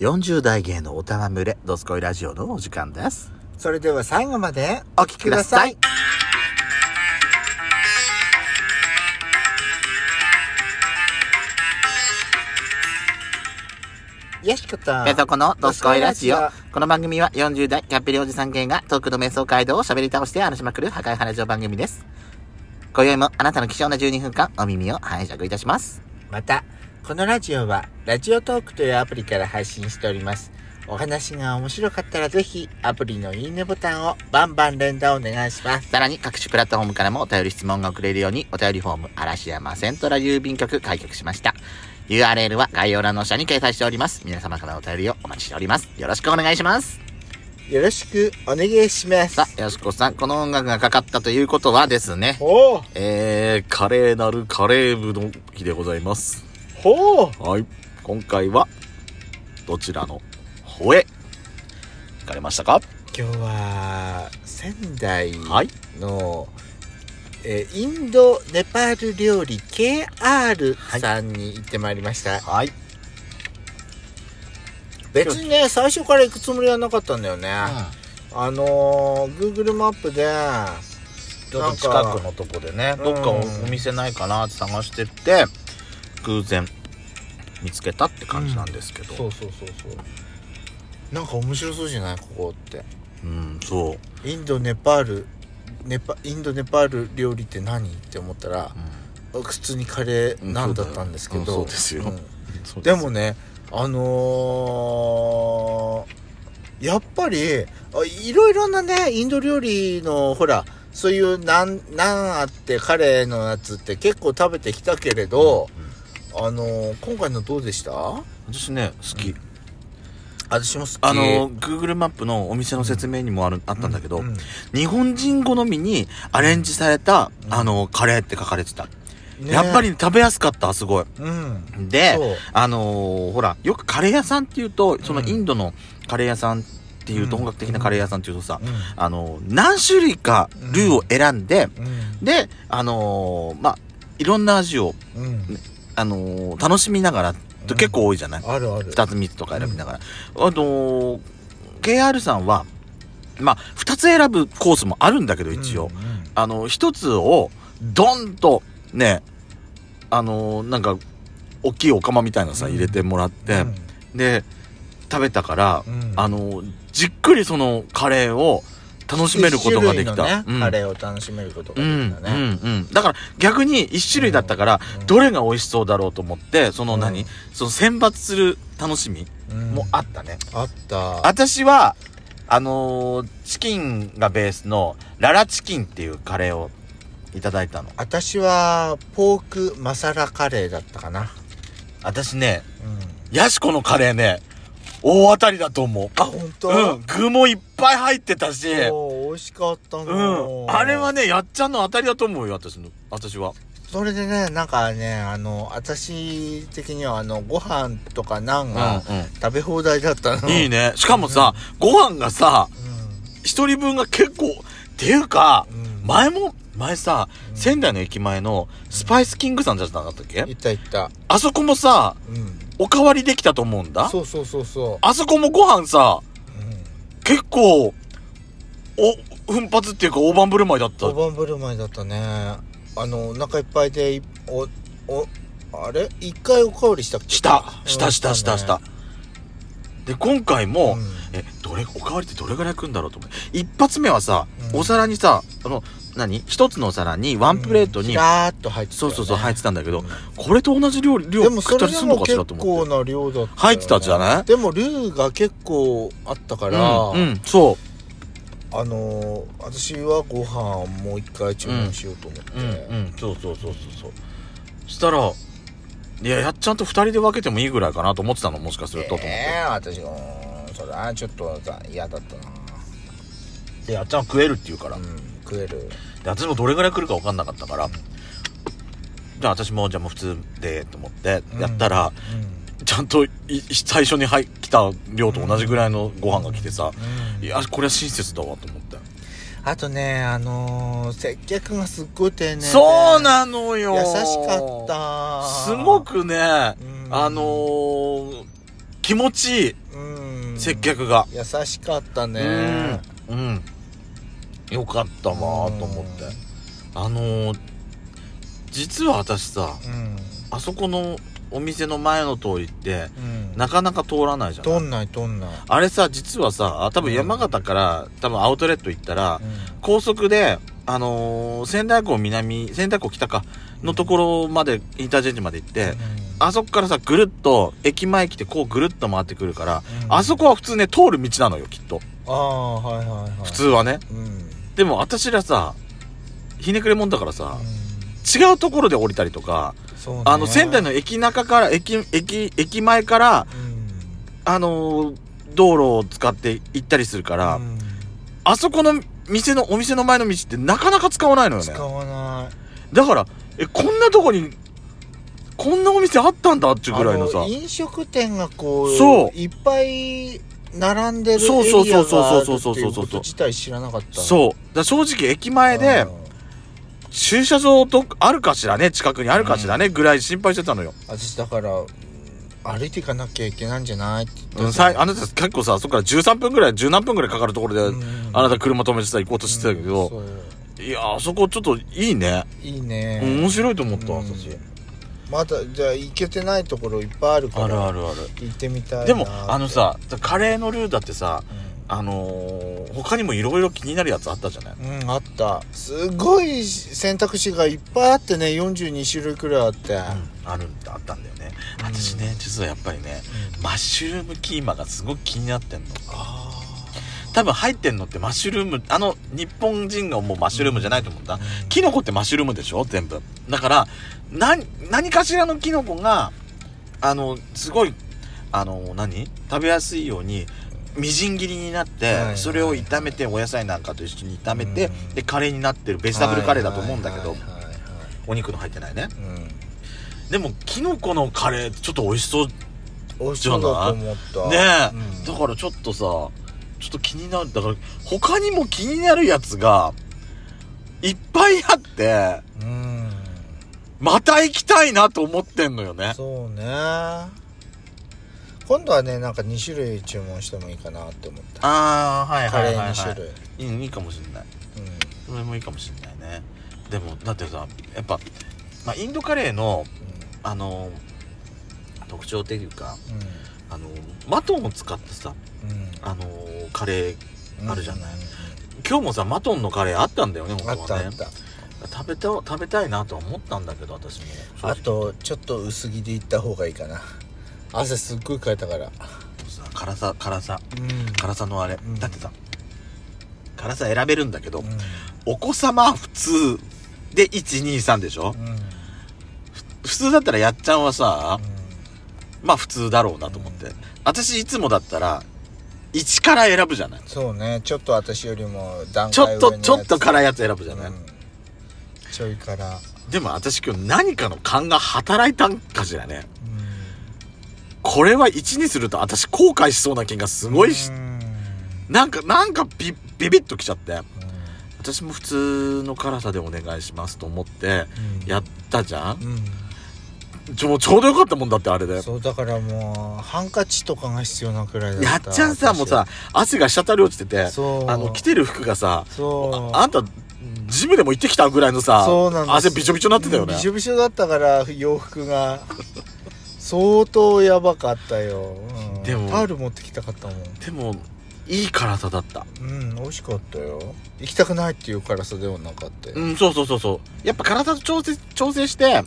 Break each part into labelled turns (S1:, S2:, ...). S1: 40代芸のおたま群れ、ドスコイラジオのお時間です。
S2: それでは最後まで
S1: お聞きください。
S2: よしこと
S1: ペソコのドスコイラジオ。この番組は40代キャッペリおじさん芸がトークの瞑想街道を喋り倒して話しまくる破壊ハラジオ番組です。今宵もあなたの貴重な12分間お耳を拝借いたします。
S2: またこのラジオはラジオトークというアプリから配信しておりますお話が面白かったらぜひアプリのいいねボタンをバンバン連打お願いします
S1: さらに各種プラットフォームからもお便り質問が送れるようにお便りフォーム嵐山セントラ郵便局開局しました。URL は概要欄の下に掲載しております。皆様からのお便りをお待ちしております。よろしくお願いします。
S2: よろしくお願いします
S1: さあ、よしこさん、この音楽がかかったということはですね、
S2: ほう
S1: えー、カレーなるカレー部の日でございます。
S2: ほう
S1: はい。今回は、どちらの方へ行かれましたか
S2: 今日は仙台
S1: はい。
S2: の、えーインドネパール料理 KR さんに行ってまいりました、
S1: はい。
S2: 別にね最初から行くつもりはなかったんだよね、
S1: う
S2: あのー、Google マップで
S1: ん、ちょっと近くのとこでね、
S2: うん
S1: どっかお店ないかなって探してって、偶然見つけたって感じなんですけど。
S2: うそうそうそうなんか面白そうじゃないここって
S1: うん、そう。
S2: インドネパールネパインドネパール料理って何って思ったら普通にカレーなんだったんですけど、
S1: うんそうですようん
S2: でも、ねあのーやっぱりあいろいろなねインド料理のほらそういうなんなんあってカレーのやつって結構食べてきたけれど、
S1: うん
S2: あのー今回のどうでした
S1: 私ね、好き。
S2: 私も好き
S1: あの、Google マップのお店の説明にもある、あったんだけど、日本人好みにアレンジされた、
S2: うん
S1: あの、カレーって書かれてた。やっぱ、り食べやすかった、すごい。
S2: うんねうん、
S1: で、
S2: そう
S1: あのーほら、よくカレー屋さんっていうと、その
S2: うん
S1: インドのカレー屋さんっていうと、
S2: うん
S1: 本格的なカレー屋さんっていうとさ、
S2: う
S1: あのー何種類かルーを選んで、
S2: ん
S1: で、あのーまあ、いろんな味を、
S2: うんうん
S1: あのー楽しみながらって結構多いじゃない、
S2: あるある
S1: 二つ三つとか選びながら。あのー KR さんは、まあ、二つ選ぶコースもあるんだけど、一応。
S2: うんうん
S1: あの、一つを、ドンと、ね、あのーなんか、大きいお釜みたいなのさ、
S2: うん
S1: 入れてもらって、で、食べたから
S2: う、んうん
S1: あのーじっくりそのカレーを楽しめることができた。
S2: 一種類のね
S1: うん
S2: カレーを楽しめることが
S1: う
S2: で
S1: ん、
S2: きたね、
S1: うん、うん。だから逆に一種類だったから、
S2: うん
S1: どれが美味しそうだろうと思って、その何、
S2: うん
S1: その選抜する楽しみ
S2: うん
S1: もあったね。
S2: あった
S1: 私は、あのーチキンがベースのララチキンっていうカレーをいただいたの。
S2: 私はポークマサラカレーだったかな、
S1: 私ね、
S2: うん、
S1: ヤシコのカレーね、大当たりだと思う。
S2: あ本当
S1: うん、具もいっぱい入ってたし、う
S2: そう美味しかったの、
S1: ん、あれはね、やっちゃんの当たりだと思うよ、私の、私は。
S2: それでねなんかねあの私的にはあのご飯とかナンが
S1: う
S2: 食べ放題だったの、
S1: ん、うん。いいね。しかもさ、ご飯がさ、一人分が結構、っていうか、
S2: うん、うん、
S1: 前も、前さ、
S2: うん
S1: 仙台の駅前のスパイスキングさんじゃなかったっけ
S2: いったいった
S1: あそこもさ、
S2: うん
S1: おかわりできたと思うんだ
S2: そうそうそうそ
S1: あそこもご飯さ
S2: う、う
S1: 結構お奮発っていうか大盤振る舞いだった
S2: ん、大盤振る舞いだったねあのお腹いっぱいでいおおあれ一回おかわりしたっけ
S1: したした
S2: うん
S1: したしたし
S2: ね
S1: たで今回も、
S2: うん
S1: えどれおかわりってどれぐらい来るんだろうと思う一発目はさ、
S2: うん
S1: お皿にさあの何一つのお皿にワンプレート
S2: うん
S1: に、
S2: ひらーっと入ってた
S1: そう
S2: よね
S1: そうそう入ってたんだけど、
S2: うん
S1: これと同じ量量
S2: でも
S1: 食
S2: そ
S1: った
S2: れ
S1: り
S2: です
S1: るの
S2: も
S1: かしら
S2: 結
S1: と思
S2: 構
S1: って
S2: な量だったよね、
S1: 入ってたじゃない
S2: でもルーが結構あったから、
S1: うん、うん、そ
S2: あのー私はご飯をもう一回注文しようと思って、
S1: う、うんうんそうそうそうそうそうしたらいややっちゃんと二人で分けてもいいぐらいかなと思ってたのもしかするとと思って、
S2: ええ私うーんそれはちょっとさ嫌だったな
S1: でやっちゃんは食えるって言うから、
S2: う
S1: で
S2: ん食える
S1: 私もどれぐらい来るか分かんなかったから、じゃあ私もじゃあもう普通でと思ってやったら、ちゃんとい最初に入来た量と同じぐらいのご飯が来てさ、
S2: うん、うん
S1: いやこれは親切だわと思って、
S2: あとねあのー接客がすっごい丁寧で
S1: そうなのよ
S2: 優しかった
S1: すごくね、
S2: うん
S1: あのー気持ちいい、
S2: うん
S1: 接客が。
S2: 優しかったね
S1: うん。うん。よかったわーと思って。あのー、実は私さ、
S2: うん
S1: あそこのお店の前の通りって、
S2: うん
S1: なかなか通らないじゃ
S2: と
S1: ん。
S2: んないとんない
S1: あれさ、実はさ、多分山形から、多分アウトレット行ったら、高速で、あのー仙台港南、仙台港北か、のところまで、インターチェンジまで行って、あそこからさ、ぐるっと、駅前来て、こうぐるっと回ってくるから、あそ
S2: こ
S1: こは普通ね、通る道なのよ、きっと。
S2: ああはいはいはい
S1: 普通はね。
S2: うんうん
S1: でも私らさ、ひねくれもんだからさ、違うところで降りたりとか、
S2: そうね
S1: あの、仙台の駅中から、駅、駅、駅前から、
S2: うん
S1: あのー道路を使って行ったりするから、
S2: うん
S1: あそこの店の、お店の前の道ってなかなか使わないのよね。
S2: 使わない
S1: だから、え、こんなとこに、こんなお店あったんだっていうぐらいの
S2: あ
S1: さ
S2: の、飲食店がこう
S1: そう
S2: いっぱい並んでるエリ
S1: そうそうそ
S2: ア
S1: う
S2: があ
S1: そ
S2: る
S1: う
S2: って
S1: そうそう
S2: い
S1: そう
S2: う
S1: そ
S2: こ
S1: う
S2: と自体知らなかった
S1: そう。だから正直駅前で
S2: う、ん
S1: 駐車場とあるかしらね、近くにあるかしらね、ぐらい心配してたのよ。
S2: 私だからうん歩いていかなきゃいけないんじゃないって
S1: う
S2: 言っ
S1: ん、
S2: てた
S1: さいあなた結構さ、そっから13分ぐらい、10何分ぐらいかかるところで、
S2: うん
S1: あなた車止めてさ、行こうとしてたけど、
S2: うんそう
S1: いやー、あそこちょっといいね。
S2: いいね
S1: うん面白いと思った、
S2: うん
S1: 私。
S2: まだじゃあ行けてないところいっぱいあるから
S1: るある。
S2: 行ってみたいな
S1: でも、あの、さ、カレーのルーだってさ、あのー他にもいろいろ気になるやつあったじゃない
S2: うん、うんあったすごい選択肢がいっぱいあってね42種類くらいあって、
S1: うん、あるんだあったんだよね、
S2: うん
S1: 私ね実はやっぱりねマッシュルームキーマがすごく気になってんの
S2: あ
S1: 多分入ってんのってマッシュルームあの日本人がもうマッシュルームじゃないと思うんだ、
S2: うん
S1: キノコってマッシュルームでしょ全部だからな何かしらのキノコがあのすごいあの何食べやすいようにみじん切りになって、
S2: はいはい
S1: それを炒めてお野菜なんかと一緒に炒めて、
S2: うん
S1: でカレーになってるベジタブルカレーだと思うんだけど、
S2: はいはいはいはい
S1: お肉の入ってないね
S2: うん
S1: でもキノコのカレーってちょっと美味しそう
S2: 美味しそうだと思った
S1: ねえ、
S2: うん
S1: だからちょっとさちょっと気になるだから他にも気になるやつがいっぱいあって
S2: うん
S1: また行きたいなと思ってんのよね
S2: そうね今度はねなんか2種類注文してもいいかなって思った
S1: ああはい
S2: カ
S1: は
S2: レ
S1: い
S2: ー
S1: はい、
S2: 2
S1: は
S2: 種
S1: い
S2: 類、
S1: いいいいかもしんないそれもいいかもしんないねでもだってさやっぱ、まあ、インドカレーのあの特徴っていうかあのマトンを使ったさ
S2: うんうんうん
S1: あのカレー
S2: うん
S1: あるじゃない今日もさマトンのカレーあったんだよね本
S2: あっ
S1: 当
S2: た
S1: は
S2: あ
S1: ね
S2: った
S1: 食べた食べたいなとは思ったんだけど私も正直
S2: あとちょっと薄着で行った方がいいかな汗すっごいかいたから
S1: さ辛さ辛さ
S2: う
S1: 辛さのあれ、
S2: うん
S1: だってさ辛さ選べるんだけど、
S2: んうん
S1: お子様普通で123でしょ、
S2: うん
S1: 普通だったらやっちゃんはさ、まあ普通だろうなと思って、
S2: うん
S1: 私いつもだったら1から選ぶじゃない
S2: そうねちょっと私よりも段
S1: ちょ
S2: 階
S1: っ
S2: 上の
S1: と
S2: やつ
S1: ちょっと辛いやつ選ぶじゃない、
S2: うんちょい辛
S1: でも私今日何かの勘が働いたんかしらね
S2: うん
S1: これは1にすると私後悔しそうな気がすごいし、
S2: うん
S1: なんかなんかビビビッときちゃって
S2: う
S1: 私も普通の辛さでお願いしますと思って
S2: ん
S1: やったじゃん
S2: う
S1: ちょちょうどよかったもんだってあれで
S2: んそうだからもうハンカチとかが必要なくらいだった
S1: やっちゃんさ
S2: 私
S1: もうさ汗が滴り落ちてて
S2: そう
S1: あの着てる服がさ
S2: そ
S1: あ
S2: う
S1: あんたジムでも行ってきたぐらいのさ
S2: そうなんです
S1: 汗びちょびちょになってたよね
S2: びしょびしょだったから洋服が相当やばかったよ、うん
S1: でも
S2: タオル持ってきたかったもん
S1: でもいい辛さだった
S2: うん美味しかったよ行きたくないっていう辛さではなかったよ、
S1: うんそうそうそうそうやっぱ体と調整調整して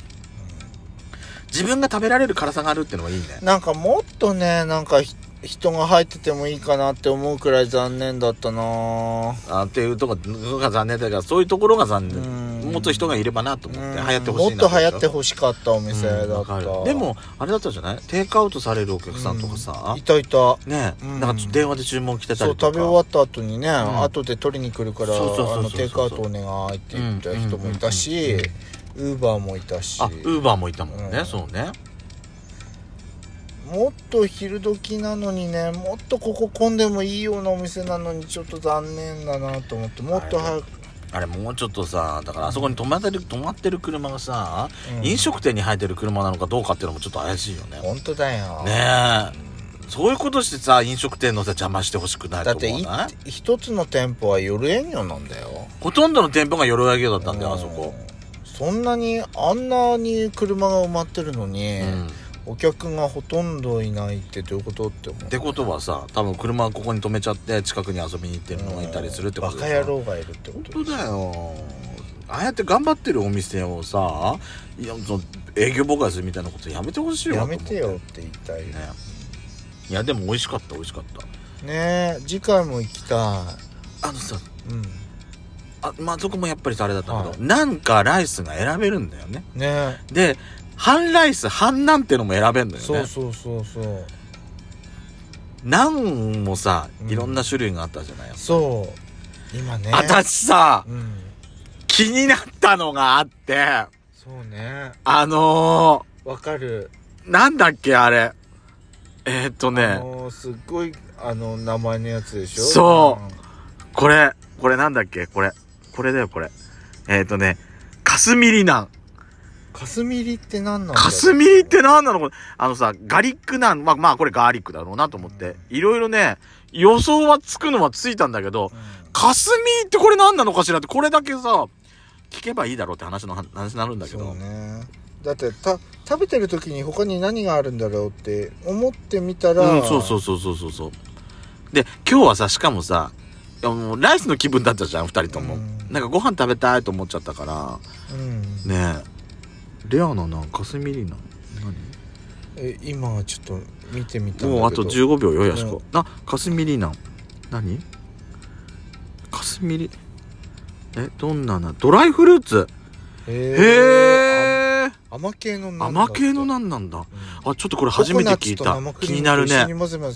S1: 自分が食べられる辛さがあるってのはいいね
S2: なんかもっとねなんかひ人が入っててもいいかなって思うくらい残念だったな
S1: あっていうとこが残念だからそういうところが残念
S2: うん
S1: もっと人がいればなと思って流行ってほしい
S2: も
S1: な
S2: っと流行ってほしかったお店だ
S1: うんわ
S2: っ
S1: か
S2: た、
S1: るでもあれだったじゃないテイクアウトされるお客さんとかさ、
S2: いたいた
S1: ねえ、
S2: うん
S1: なんかちょっと電話で注文来てた
S2: そう
S1: りとか
S2: 食べ終わった後にね、
S1: ん
S2: 後で取りに来るから「あ
S1: そうそうそうそう
S2: のテイクアウトお願い」って言った人もいたしウーバーもいたし
S1: あウーバーもいたもんね、
S2: うん
S1: そうね
S2: もっと昼時なのにねもっとここ混んでもいいようなお店なのにちょっと残念だなと思ってもっと早く、
S1: あれもうちょっとさだからあそこに止まってる止まってる車がさ、
S2: うん
S1: 飲食店に入ってる車なのかどうかっていうのもちょっと怪しいよね
S2: 本当だよ、
S1: ねえそういうことしてさ、飲食店のさ、邪魔してほしくない
S2: だ
S1: と
S2: って
S1: 思
S2: い
S1: わない
S2: 一つの店舗は夜営業なんだよ
S1: ほとんどの店舗が夜営業だったんだよ、あそこ。
S2: そんなにあんなに車が埋まってるのに、
S1: うん。
S2: お客がほとんどいないってどういうことって思う
S1: ってことはさ、多分車ここに止めちゃって、近くに遊びに行ってるのがいたりするってこと
S2: バ
S1: でしょ
S2: カ野郎がいるってこ
S1: 本
S2: と
S1: 当だよああやって頑張ってるお店をさいやその営業妨害するみたいなことやめてほしいわ
S2: や
S1: と思
S2: め
S1: って
S2: てよって言いたい
S1: ねいやでも美味しかった美味しかっ
S2: ねえ次回も行きた
S1: たあのさ
S2: いうん
S1: あまあそこもやっぱりさあれだったけど、
S2: はい
S1: なんかライスが選べるんだよね
S2: ね
S1: で半ライス半なんてのも選べんだ
S2: え
S1: よ
S2: そう
S1: ね
S2: そうそうそう
S1: なんもさ
S2: うん
S1: いろんな種類があったじゃない、す
S2: そう今ね
S1: か私さ
S2: うん
S1: 気になったのがあって
S2: そうね
S1: あの
S2: わかる
S1: ー、なんだっけあれえー、っとね
S2: あのーすっごいあの名前のやつでしょ
S1: そう
S2: うん
S1: これ、これなんだっけこれ。これだよ、これ。えっ、ー、とね、カスミリナン。
S2: かすみりって何なんだろう
S1: カスミリって何なのこれ。あのさ、ガリックナン。まあ、まあ、これガーリックだろうなと思って。いろいろね、予想はつくのはついたんだけど
S2: う、ん
S1: カスミってこれ何なのかしらって、これだけさ、聞けばいいだろうって話の話になるんだけ
S2: そう
S1: ど。
S2: ねだってた食べてる時に他に何があるんだろうって思ってみたら、
S1: うん、そうそうそうそうそうそう。で、今日はさ、しかもさ、いやもうライスの気分だったじゃん、二人とも。
S2: うん
S1: なんかご飯食べたいと思っちゃったから。
S2: うん、
S1: ねえレアななんかすみりな
S2: え今はちょっと見てみたんだけど
S1: もうあと15秒よやし
S2: う
S1: こ、あかすみりな何かすみりえどんななドライフルーツへ
S2: へえ
S1: え
S2: 甘系のなんだって
S1: 甘系のなんなんだ
S2: うん
S1: あちょっとこれ初めて聞いた
S2: ココナッツと生ク
S1: 気
S2: リーム
S1: になる
S2: と一緒
S1: ね
S2: に混ぜ混ぜ